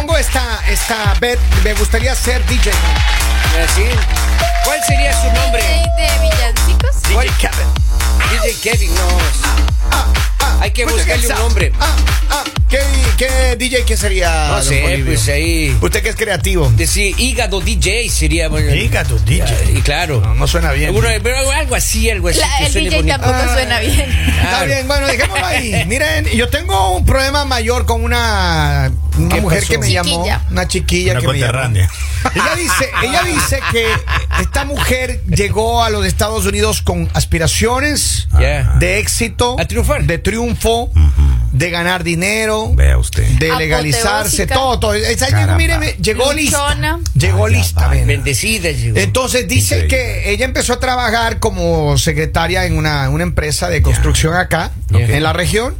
Uh. esta, esta Beth, me gustaría ser DJ. ¿Sí? ¿Cuál sería su nombre? de villancicos? ¿Cuál? Kevin. DJ Kevin, no. Hay que buscarle un nombre. Ah, ah, ¿qué, qué DJ que sería? No don sé, Polibio? pues ahí. Usted que es creativo. Decir hígado DJ sería bueno. Hígado, Y DJ. claro. Ah, No, no suena bien. Uno- pero algo así, algo así. La- que el suene DJ bonito. tampoco Ah. suena bien. Está Claro. bien, bueno, dejémoslo ahí. Miren, yo tengo un problema mayor con una, una ¿Qué mujer pasó? que me llamó, Chiquilla. una chiquilla Una que me llamó. coterránea. Ella dice, ella dice que esta mujer llegó a los Estados Unidos con aspiraciones Ya. de éxito, A triunfar. de triunfo, de ganar dinero, Vea usted. de legalizarse, Apoteósica. todo, todo. Esa llegó, Caramba. mire, llegó lista. Luchona. Llegó Vaya, lista, vaya. ven. Bendecida, llegó. Entonces dice que ella empezó a trabajar como secretaria en una, una empresa de construcción acá, Ok. en la región.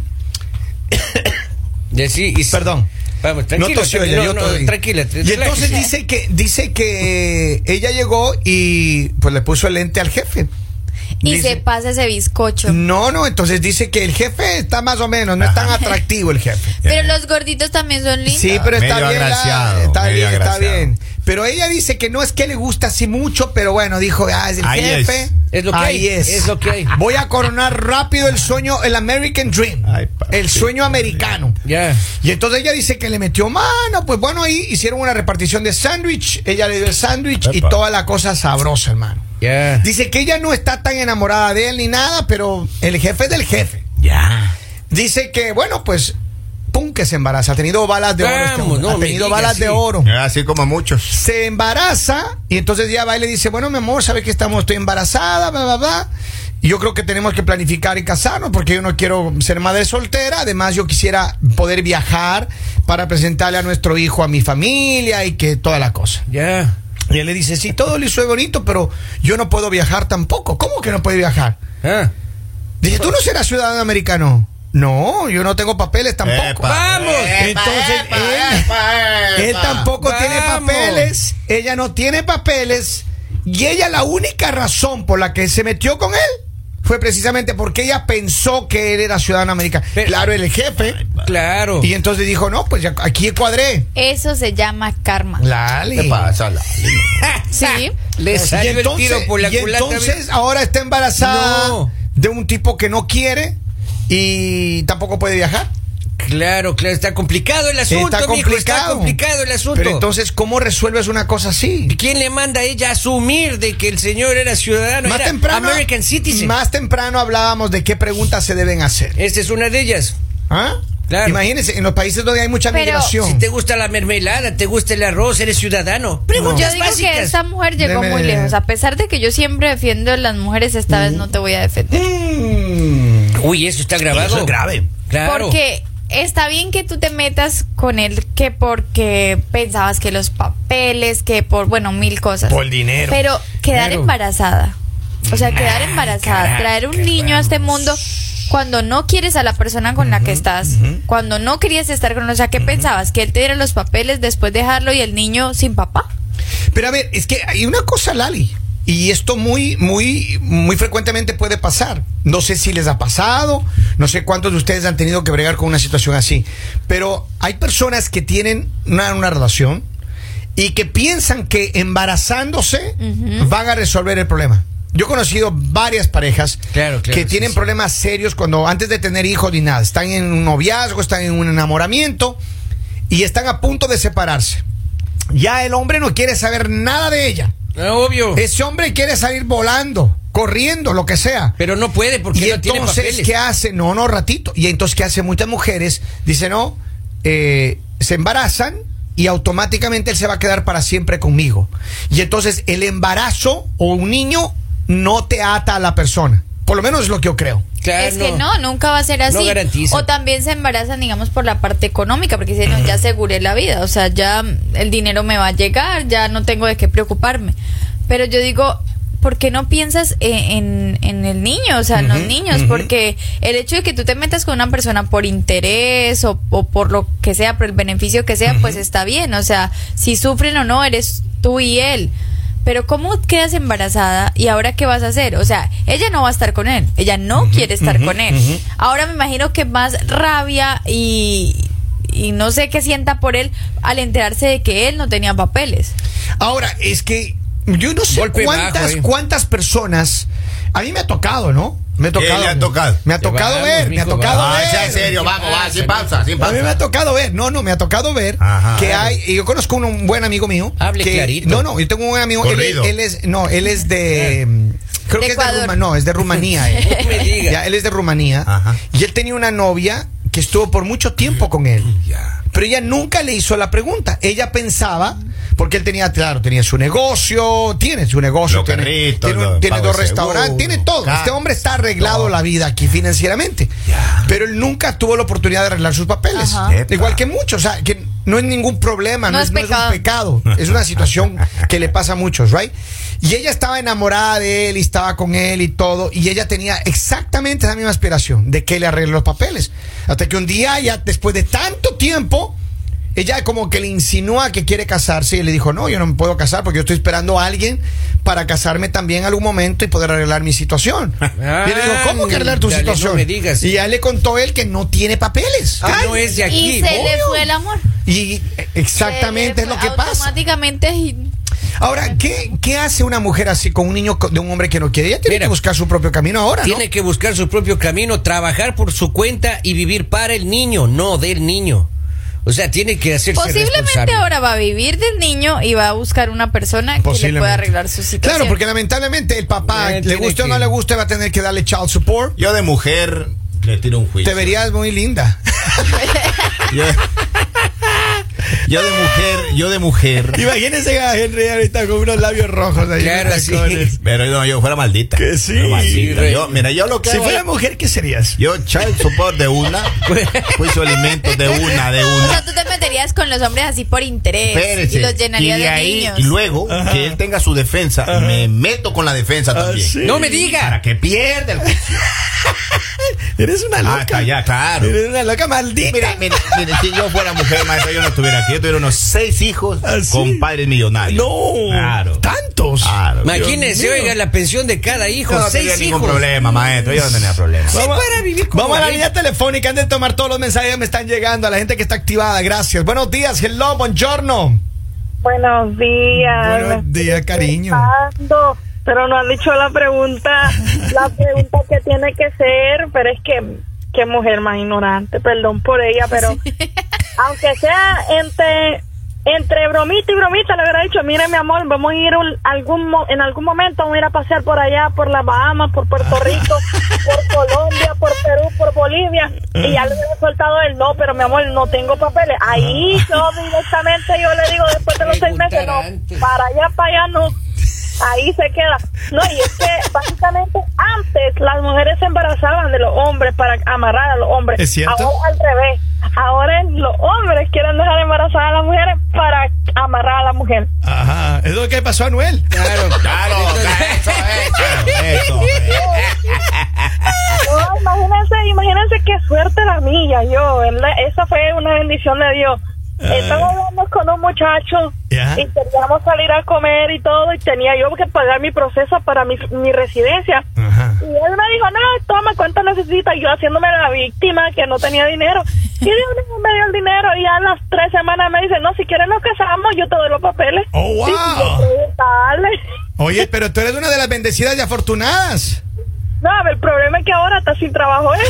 Decí- y- Perdón. Vamos, No tranquilo. tosió ella, tranquilo, yo no, tosí. tranquila. Y entonces dice que, dice que ella llegó y pues le puso el lente al jefe. Y Dice- "Mm, se pasa ese bizcocho. No, no, entonces dice que el jefe está más o menos, no es tan atractivo el jefe. Pero los gorditos también son lindos. Sí, pero está Medio bien. la- agraciado, está medio bien, está agraciado. bien. Pero ella dice que no es que le gusta así mucho, pero bueno, dijo, ah, es el Ahí jefe. es. Es lo que ahí hay, es. es lo que hay. Voy a coronar rápido el sueño, el American Dream. Ay, papito. el sueño americano. Ya. Y entonces ella dice que le metió mano, pues bueno, ahí hicieron una repartición de sándwich, ella le dio el sándwich y Epa. toda la cosa sabrosa, hermano. Ya. Dice que ella no está tan enamorada de él ni nada, pero el jefe es del jefe. Ya. Dice que, bueno, pues, pum, que se embaraza. Ha tenido balas de oro. este Vamos, hombre. no ha me tenido diga balas así. de oro. Así como muchos. Se embaraza y entonces ya va y le dice, bueno, mi amor, sabes que estamos, estoy embarazada, bla, bla, bla. Y yo creo que tenemos que planificar y casarnos porque yo no quiero ser madre soltera. Además, yo quisiera poder viajar para presentarle a nuestro hijo a mi familia y que toda la cosa. Ya. Y él le dice, sí, todo liso y bonito, pero yo no puedo viajar tampoco. ¿Cómo que no puede viajar? Ah. Dice, ¿tú no serás ciudadano americano? No, yo no tengo papeles tampoco. Epa. ¡Vamos! Entonces, él, él tampoco tiene Vamos. papeles, ella no tiene papeles, y ella la única razón por la que se metió con él fue precisamente porque ella pensó que él era ciudadano americano. Pero- claro, él es jefe, Claro. y entonces dijo, no, pues ya aquí cuadré. Eso se llama karma. Lali. Ah. Sí. Le Y salió el entonces, tiro por la y culata. entonces ahora está embarazada No. de un tipo que no quiere y tampoco puede viajar. Claro, claro, está complicado el asunto, está mijo, complicado. está complicado el asunto. Pero entonces, ¿cómo resuelves una cosa así? ¿Quién le manda a ella a asumir de que el señor era ciudadano? Más era temprano, American citizen. más temprano hablábamos de qué preguntas se deben hacer. Esta es una de ellas. ¿Ah? Claro. Imagínense, en los países donde hay mucha Pero- migración. Si te gusta la mermelada, te gusta el arroz, eres ciudadano. Yo Preguntas digo que básicas. esta mujer llegó Deme- muy lejos. A pesar de que yo siempre defiendo a las mujeres, esta vez no te voy a defender. Mm. Uy, eso está grabado. Eso es grave. Claro. Porque está bien que tú te metas con él que porque pensabas que los papeles, que por, bueno, mil cosas. Por el dinero. Pero quedar Dinero. embarazada. O sea, quedar embarazada, caraca, traer un niño a este mundo cuando no quieres a la persona con la que estás, cuando no querías estar con él. O sea, ¿qué pensabas? ¿Que él te diera los papeles, después dejarlo y el niño sin papá? Pero a ver, es que hay una cosa, Lali, y esto muy, muy, muy frecuentemente puede pasar. No sé si les ha pasado, no sé cuántos de ustedes han tenido que bregar con una situación así, pero hay personas que tienen una, una relación y que piensan que embarazándose van a resolver el problema. Yo he conocido varias parejas Claro, claro, que sí, tienen sí. problemas serios cuando antes de tener hijos ni nada, están en un noviazgo, están en un enamoramiento y están a punto de separarse. Ya el hombre no quiere saber nada de ella. Ah, obvio. Ese hombre quiere salir volando, corriendo, lo que sea. Pero no puede porque Y no tiene entonces, papeles. ¿qué hace? No, no, ratito. Y entonces, ¿qué hace muchas mujeres? Dice, no, eh, se embarazan y automáticamente él se va a quedar para siempre conmigo. Y entonces, el embarazo o un niño no te ata a la persona. Por lo menos es lo que yo creo. Claro, es que no, nunca va a ser así. garantiza. o también se embarazan, digamos, por la parte económica, porque dicen, no, ya aseguré la vida, o sea, ya mm, el dinero me va a llegar, ya no tengo de qué preocuparme. Pero yo digo, ¿por qué no piensas e- en, en el niño, o sea, en los niños? Porque el hecho de que tú te metas con una persona por interés o, o por lo que sea, por el beneficio que sea, pues está bien, o sea, si sufren o no, eres tú y él. Pero ¿cómo quedas embarazada y ahora qué vas a hacer? O sea, ella no va a estar con él, ella no quiere estar con él. Ahora me imagino que más rabia y, y y no sé qué sienta por él al enterarse de que él no tenía papeles. Ahora, es que yo no sé Golpe cuántas, bajo eh. ahí. cuántas personas. A mí me ha tocado, ¿no? Me ha ¿Qué le tocado. ha tocado? Me ha tocado Vamos, ver, me ha mijo, tocado Ah, ver. sea serio, vamos, va, sin pausa, sin A mí me ha pausa. tocado ver, no, no, me ha tocado ver Ajá. que hay, y yo conozco un, un buen amigo mío. Hable que, clarito. Ah. No, no, yo tengo un buen amigo, él, Corrido. él es, no, él es de, em, creo que De es de Ecuador. Rumanía, no, es de Rumanía. él. No me digas. Ya, él es de Rumanía Ajá. y él tenía una novia que estuvo por mucho tiempo con él. Ya. Pero ella nunca le hizo la pregunta. Ella pensaba, porque él tenía, claro, tenía su negocio, tiene su negocio, Los tiene, carritos, tiene, un- los tiene pagos dos de restaurantes, seguro, tiene todo. casas, este hombre está arreglado todo. la vida aquí financieramente. Ya. Pero él nunca tuvo la oportunidad de arreglar sus papeles. Ajá. Epa. Igual que muchos. O sea, que no es ningún problema, no, No es, es no es un pecado. Es una situación que le pasa a muchos, ¿right? Y ella estaba enamorada de él y estaba con él y todo. Y ella tenía exactamente la misma aspiración de que le arregle los papeles. Hasta que un día, ya después de tanto tiempo, ella como que le insinúa que quiere casarse y le dijo, no, yo no me puedo casar porque yo estoy esperando a alguien para casarme también en algún momento y poder arreglar mi situación. y le dijo, ¿cómo que arreglar tu Ándale, no situación? me digas. Y ya le contó él que no tiene papeles. Que Ay. no es de y aquí. se le obvio. fue el amor. Y eh, exactamente Se es le lo fue que pasa. Automáticamente y- Ahora, ¿qué, ¿qué hace una mujer así con un niño co- de un hombre que no quiere? Ella tiene Mira. que buscar su propio camino ahora, ¿no? Tiene que buscar su propio camino, trabajar por su cuenta y vivir para el niño, no del niño. O sea, tiene que hacerse posiblemente responsable. ahora va a vivir del niño y va a buscar una persona que le Posiblemente. pueda arreglar su situación. Claro, porque lamentablemente el papá, Eh, le tiene guste o que- no le guste, va a tener que darle child support. Yo de mujer le tiro un juicio. Te verías muy linda. Yo, yo de mujer, yo de mujer. Imagínense a Henry ahorita con unos labios rojos ahí. Claro, unos sí. tacones. Pero no, yo fuera maldita. Que sí. Fuera maldita. Sí, Yo- mira, yo lo que Si hago- fuera mujer, ¿qué serías? Yo child support de una, juicio de alimentos de una, de O sea, una. tú te meterías con los hombres así por interés Espérese. y los llenarías Y de ahí- niños. Y luego Ajá. que él tenga su defensa, Ajá. Ah, me meto con la defensa también. sí. No me diga. Para que pierda el juicio. Eres una Ah, loca. ya, claro. Eres una loca maldita. Mira, mira, mira, si yo fuera mujer, maestra, yo no estuviera aquí. Yo tuviera unos seis hijos ¿Ah, sí? con padres millonarios. No. Claro. Tantos. Claro. Imagínese, Dios mío. oiga, la pensión de cada hijo, Yo no tenía seis ningún hijos. problema, maestro. Yo no tenía problema. Sí, para vivir como vamos a la él. línea telefónica. Antes de tomar todos los mensajes, me están llegando a la gente que está activada. Gracias. Buenos días. Hello, buongiorno. Buenos días. Buenos días, cariño. Ando, pero no han dicho la pregunta, la pregunta que tiene que ser, pero es que qué mujer más ignorante, perdón por ella, pero aunque sea entre entre bromita y bromita le hubiera dicho, mire mi amor, vamos a ir un- algún mo- en algún momento vamos a ir a pasear por allá, por las Bahamas, por Puerto Rico, por Colombia, por Perú, por Bolivia, y ya le hubiera soltado el no, pero mi amor, no tengo papeles. Ahí yo directamente yo le digo después de los seis meses, Preguntar no, antes. para allá, para allá no. Ahí se queda. No, y es que básicamente antes las mujeres se embarazaban de los hombres para amarrar a los hombres. ¿Es cierto? Ahora al revés. Ahora los hombres quieren dejar embarazadas a las mujeres para amarrar a la mujer. Ajá. Es lo que pasó a Noel. Claro, Claro, eso, eso, eso. No, imagínense, imagínense qué suerte la mía, yo, ¿verdad? Esa fue una bendición de Dios. Estamos hablando con un muchacho Eh. Ya. y queríamos salir a comer y todo y tenía yo que pagar mi proceso para mi, mi residencia. Ajá. Y él me dijo, no, toma, ¿cuánto necesitas? Yo haciéndome la víctima que no tenía dinero. Y de una vez me dio el dinero y a las tres semanas me dice, no, si quieres nos casamos, yo te doy los papeles. Oh, Y yo, wow. dale. Oye, pero tú eres una de las bendecidas y afortunadas. No, el problema es que ahora está sin trabajo él.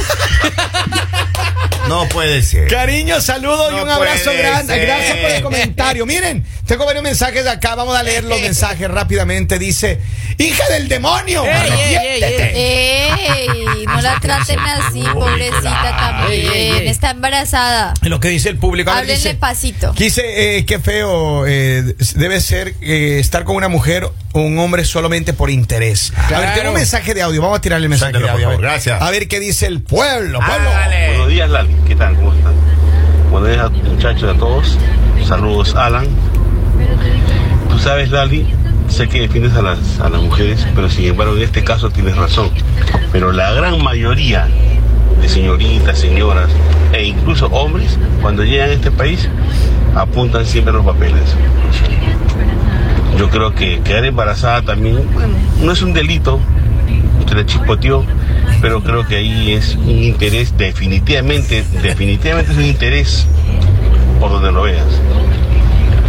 No puede ser. Cariño, saludo y No un abrazo puede grande. ser. Gracias por el comentario. Miren, tengo varios mensajes acá. Vamos a leer los mensajes rápidamente. Dice, hija del demonio. Ey, ey, ey, arrepiéntete". Eh, ¡Ey! No la traten así, pobrecita también. Ey, ey, ey. Está embarazada. Es lo que dice el público. A ver, Háblenle dice- pasito. Dice, eh, qué feo eh, debe ser eh, estar con una mujer o un hombre solamente por interés. A ver, Claro. tengo un mensaje de audio. Vamos a tirar el mensaje Sándalo, de audio. por favor. a ver. Gracias. Ah, A ver qué dice el pueblo. pueblo. Hágale. Buenos días, Lali. ¿Qué tal? ¿Cómo están? Buenos días, muchachos, a todos. Saludos, Alan. Tú sabes, Lali, sé que defiendes a las, a las mujeres, pero sin embargo, en este caso tienes razón. Pero la gran mayoría de señoritas, señoras e incluso hombres, cuando llegan a este país, apuntan siempre a los papeles. Yo creo que quedar embarazada también bueno, no es un delito, se le chispoteó, pero creo que ahí es un interés definitivamente, definitivamente es un interés por donde lo veas.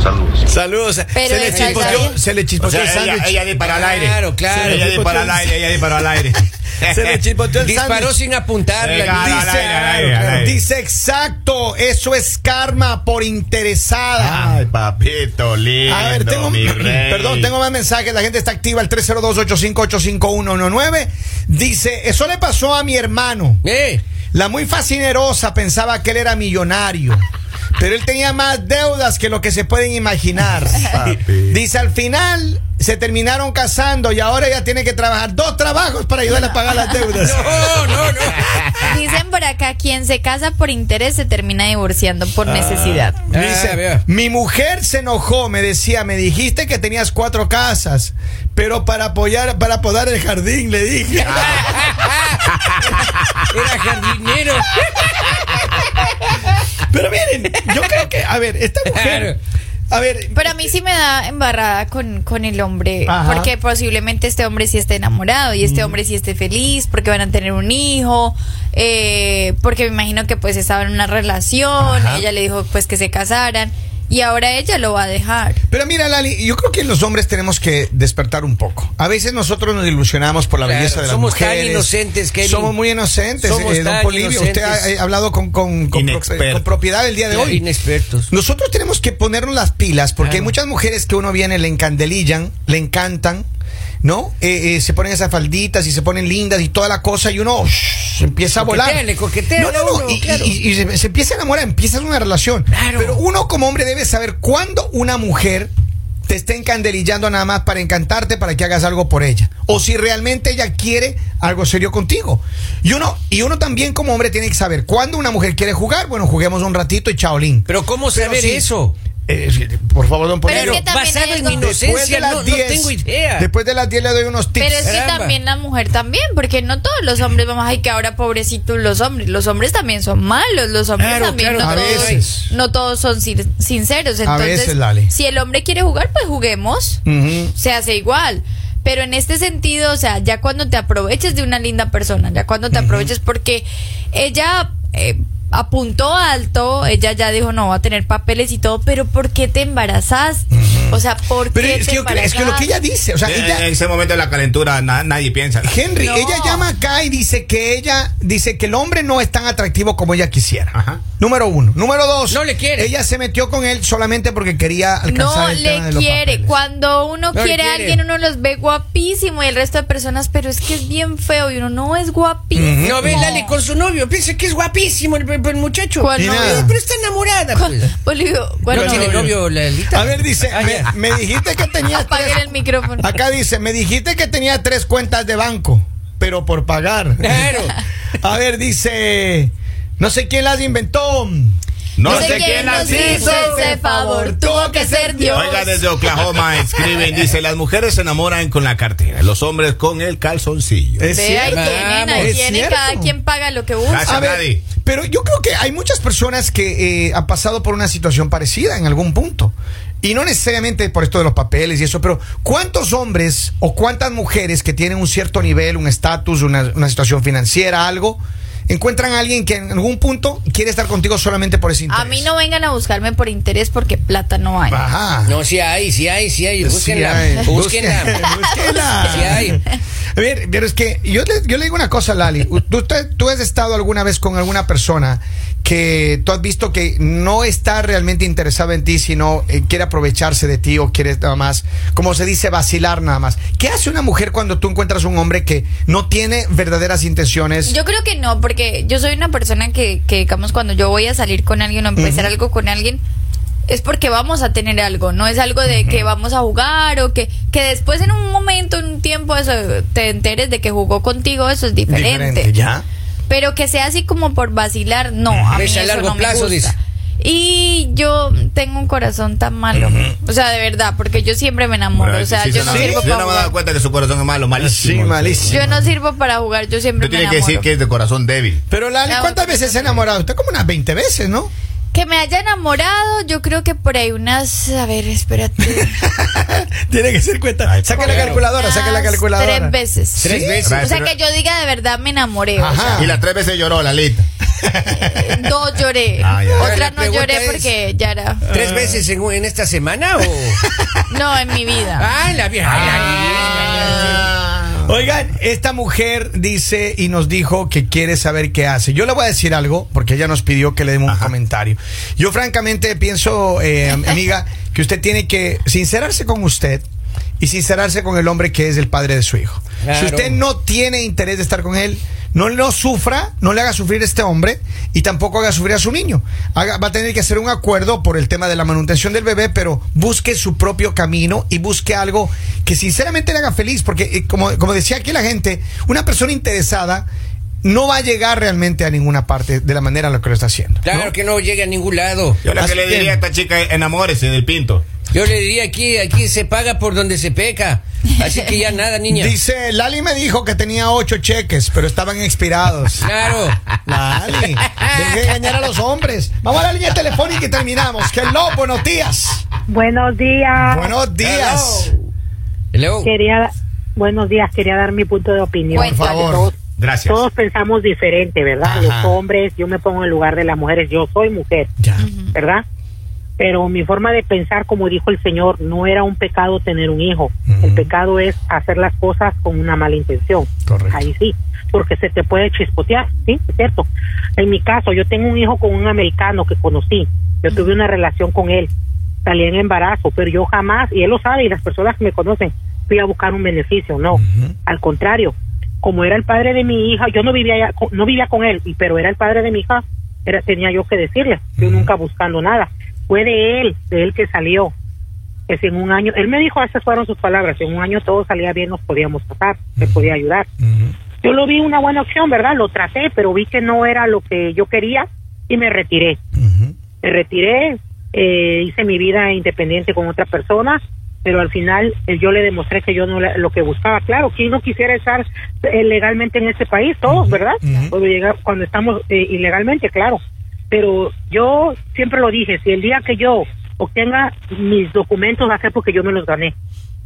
Saludos. Saludos. Pero se le está chispoteó, bien. se le O chispoteó sea, el ella, sándwich. ella disparó al aire. Claro, claro. Ella disparó al aire, ella disparó al aire. Se le chispoteó el Disparó sándwich. sin apuntar. Venga, la- al Dice, aire, al aire, al aire. dice, exacto, eso es karma por interesada. Ay, papito lindo, A ver, tengo, mi rey. perdón, tengo más mensajes. La gente está activa. El 302-858-5119. Dice, eso le pasó a mi hermano. Eh, La muy fascinerosa pensaba que él era millonario. Pero él tenía más deudas que lo que se pueden imaginar. Papi. Dice, al final se terminaron casando y ahora ella tiene que trabajar dos trabajos para ayudarle a pagar las deudas. No, no, no. Dicen por acá, quien se casa por interés se termina divorciando por necesidad. Ah, Dice, vea. mi mujer se enojó, me decía, me dijiste que tenías cuatro casas, pero para apoyar, para podar el jardín, le dije. Ah. Era jardinero. Pero miren, yo creo que, a ver, esta mujer, Claro. a ver, Pero a mí sí me da embarrada con, con el hombre, Ajá. porque posiblemente este hombre sí esté enamorado y este hombre sí esté feliz, porque van a tener un hijo, eh, porque me imagino que pues estaba en una relación, ella le dijo pues que se casaran y ahora ella lo va a dejar. Pero mira, Lali, yo creo que los hombres tenemos que despertar un poco. A veces nosotros nos ilusionamos por la Claro, belleza de las somos tan mujeres. inocentes, Kevin. Somos muy inocentes. Somos eh, don tan Polivio, usted ha, eh, inocentes. ha hablado con, con, con, Inexperto. pro- eh, con propiedad el día de hoy. Inexpertos. Nosotros tenemos que ponernos las pilas porque Claro. hay muchas mujeres que uno viene, le encandelillan, le encantan, ¿no? Eh, eh, se ponen esas falditas y se ponen lindas y toda la cosa y uno shh, empieza a volar. Coquetearle, coquetearle No, no, no, a uno, y, claro. y- y se, se empieza a enamorar, empiezas una relación. Claro. Pero uno como hombre debe saber cuándo una mujer te está encandelillando nada más para encantarte, para que hagas algo por ella. O si realmente ella quiere algo serio contigo. Y uno, y uno también como hombre tiene que saber cuándo una mujer quiere jugar. Bueno, juguemos un ratito y chaolín. Pero ¿cómo Pero saber sí. eso? Eh, sí, por favor, don Pero es Polero. que también Basado hay en algo- mi Después de inocencia, las no, no 10, tengo idea. Después de las 10 le doy unos tips. Pero es que Caramba. también la mujer también, porque no todos los hombres, vamos, ay, que ahora pobrecitos los hombres, los hombres también son malos, los hombres Claro, también claro, no, a todos, veces. no todos son sin- sinceros. Entonces, A veces, Lali. si el hombre quiere jugar, pues juguemos, Ujú. se hace igual. Pero en este sentido, o sea, ya cuando te aproveches de una linda persona, ya cuando te aproveches, porque ella... eh, apuntó alto, ella ya dijo no va a tener papeles y todo, pero ¿por qué te embarazaste? O sea, ¿por Pero qué es te que, yo creo- es que lo que ella dice, o Eh, sea, En- ella- en ese momento de la calentura na- nadie piensa. Henry, No. ella llama acá y dice que ella dice que el hombre no es tan atractivo como ella quisiera. Ajá. Número uno. Número dos. No le quiere. Ella se metió con él solamente porque quería alcanzar No el tema de le los quiere. papeles. Cuando No uno le quiere a quiere. alguien, uno los ve guapísimo y el resto de personas, pero es que es bien feo y uno no es guapísimo. No ve Lali con su novio, piensa que es guapísimo el, el muchacho. ¿Cuál Y novio? nada. Eh, Pero está enamorada. Cu- pues. Bolivio, ¿cuál ¿No tiene novio? novio Lalita? A ver, dice, Ah, ya. me, me dijiste que tenía Apaguen tres- el micrófono. Acá dice, me dijiste que tenía tres cuentas de banco, pero por pagar. Claro. A ver, dice, no sé quién las inventó. No sé quién las nos hizo ese favor, tuvo que ser Dios. Oiga, desde Oklahoma escriben, dice, las mujeres se enamoran con la cartera, los hombres con el calzoncillo. Es Ve, ahí cierto. tienen, Vamos. ahí Es tienen, cierto. cada quien paga lo que Gracias. usa. A ver, Nadie. pero yo creo que hay muchas personas que eh, han pasado por una situación parecida en algún punto. Y no necesariamente por esto de los papeles y eso, pero ¿cuántos hombres o cuántas mujeres que tienen un cierto nivel, un estatus, una, una situación financiera, algo, encuentran a alguien que en algún punto quiere estar contigo solamente por ese interés? A mí no vengan a buscarme por interés porque plata no hay. Ajá. No, si hay, si hay, si hay. Pues Sí hay. Búsquenla. Busquen- Búsquenla. búsquenla. Sí hay. A ver, pero es que yo le, yo le digo una cosa, Lali. U- ¿Tú, te- tú has estado alguna vez con alguna persona que tú has visto que no está realmente interesada en ti, sino eh, quiere aprovecharse de ti o quiere nada más, como se dice, vacilar nada más? ¿Qué hace una mujer cuando tú encuentras un hombre que no tiene verdaderas intenciones? Yo creo que no, porque yo soy una persona que, que digamos, cuando yo voy a salir con alguien o empezar algo con alguien, es porque vamos a tener algo, no es algo de que vamos a jugar o que, que después en un momento, en un tiempo, eso te enteres de que jugó contigo, eso es diferente. ¿ya? Pero que sea así como por vacilar, no, a mí Es a eso largo no me plazo, gusta. dice. Y yo tengo un corazón tan malo, o sea, de verdad, porque yo siempre me enamoro, Bueno, o sea, sí, yo sí, no sí, yo sirvo para no me he dado jugar. cuenta que su corazón es malo, malísimo. Sí, malísimo. Yo no sirvo para jugar, yo siempre Tú me tienes que enamoro. decir que es de corazón débil. Pero Lali, La ¿cuántas otra veces se ha enamorado? Usted como unas 20 veces, ¿no? Que me haya enamorado, yo creo que por ahí unas. A ver, espérate. Tiene que ser cuenta. saca la claro. calculadora, saca la unas calculadora. Tres veces. Tres ¿Sí? veces. O sea, que yo diga de verdad me enamoré. o Ajá. sea. Y las tres veces lloró, Lalita. Eh, Dos lloré. Ah, ya. Ahora, la Otra no pregunta lloré es- porque ya era. ¿Tres veces en, en esta semana o.? No, en mi vida. ¡Ah, la vieja! ay, la Oigan, esta mujer dice y nos dijo que quiere saber qué hace. Yo le voy a decir algo porque ella nos pidió que le demos un comentario. Yo francamente pienso, eh, amiga, que usted tiene que sincerarse con usted y sincerarse con el hombre que es el padre de su hijo. Claro. Si usted no tiene interés de estar con él, no lo sufra, no le haga sufrir a este hombre y tampoco haga sufrir a su niño. Haga- va a tener que hacer un acuerdo por el tema de la manutención del bebé, pero busque su propio camino y busque algo que sinceramente le haga feliz, porque eh, como, como decía aquí la gente, una persona interesada no va a llegar realmente a ninguna parte de la manera en la que lo está haciendo. Claro que no llegue a ningún lado. Yo lo Así que le bien. diría a esta chica es enamórese del pinto. Yo le diría aquí, aquí se paga por donde se peca. Así que ya nada, niña. Dice, Lali me dijo que tenía ocho cheques, pero estaban expirados. Claro. Lali, deje de engañar a los hombres. Vamos a la línea telefónica y terminamos. Que no, buenos días. Buenos días. Buenos días. Hello. Quería, buenos días, quería dar mi punto de opinión. Por favor. Todos, Gracias. todos pensamos diferente, ¿verdad? Ajá. Los hombres, yo me pongo en el lugar de las mujeres, yo soy mujer, Ya. ¿verdad? Pero mi forma de pensar, como dijo el Señor, no era un pecado tener un hijo. El pecado es hacer las cosas con una mala intención. Correcto. Ahí sí, porque se te puede chispotear, ¿sí? Es cierto. En mi caso, yo tengo un hijo con un americano que conocí. Yo tuve una relación con él. Salí en embarazo, pero yo jamás, y él lo sabe, y las personas que me conocen, fui a buscar un beneficio. No, al contrario. Como era el padre de mi hija, yo no vivía ya- co- no vivía con él, y- pero era el padre de mi hija, era, tenía yo que decirle. Yo nunca buscando nada. Fue de él, de él que salió que si en un año, él me dijo, esas fueron sus palabras, si en un año todo salía bien nos podíamos pasar, me podía ayudar. Yo lo vi una buena opción, ¿verdad? Lo traté, pero vi que no era lo que yo quería y me retiré. Me retiré, eh, hice mi vida independiente con otra persona, pero al final eh, yo le demostré que yo no la- lo que buscaba. Claro, ¿quién no quisiera estar eh, legalmente en este país? Todos, ¿verdad? cuando, llega- cuando estamos eh, ilegalmente, claro. Pero yo siempre lo dije, si el día que yo obtenga mis documentos va a ser porque yo me los gané.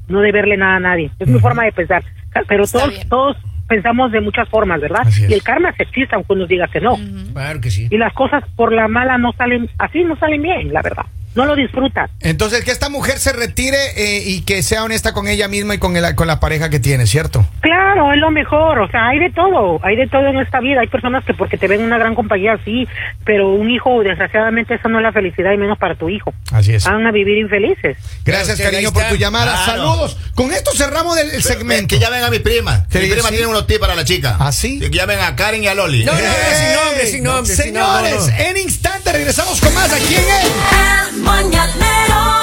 No deberle nada a nadie. Es mi forma de pensar. Ca- Pero Está todos, bien. todos pensamos de muchas formas, ¿verdad? Así es. Y el karma se existe aunque uno diga que no Claro que sí. y las cosas por la mala no salen así, no salen bien, la verdad. No lo disfrutas. Entonces, que esta mujer se retire eh, y que sea honesta con ella misma y con, el- con la pareja que tiene, ¿cierto? Claro, es lo mejor, o sea, hay de todo, hay de todo en esta vida, hay personas que porque te ven una gran compañía sí, pero un hijo, desgraciadamente, eso no es la felicidad y menos para tu hijo. Así es. Van a vivir infelices. Gracias, Pero usted cariño, ahí por está. tu llamada. Claro. Saludos. Con esto cerramos el, el segmento. Que llamen a mi prima. Sí, mi prima sí. tiene unos tips para la chica. ¿Ah, sí? Que llamen a Karen y a Loli. No, no, ¡Ey! sin nombre, sin nombre, sin nombre, Señores, no, no. E! en instante regresamos con más aquí en el. El mañanero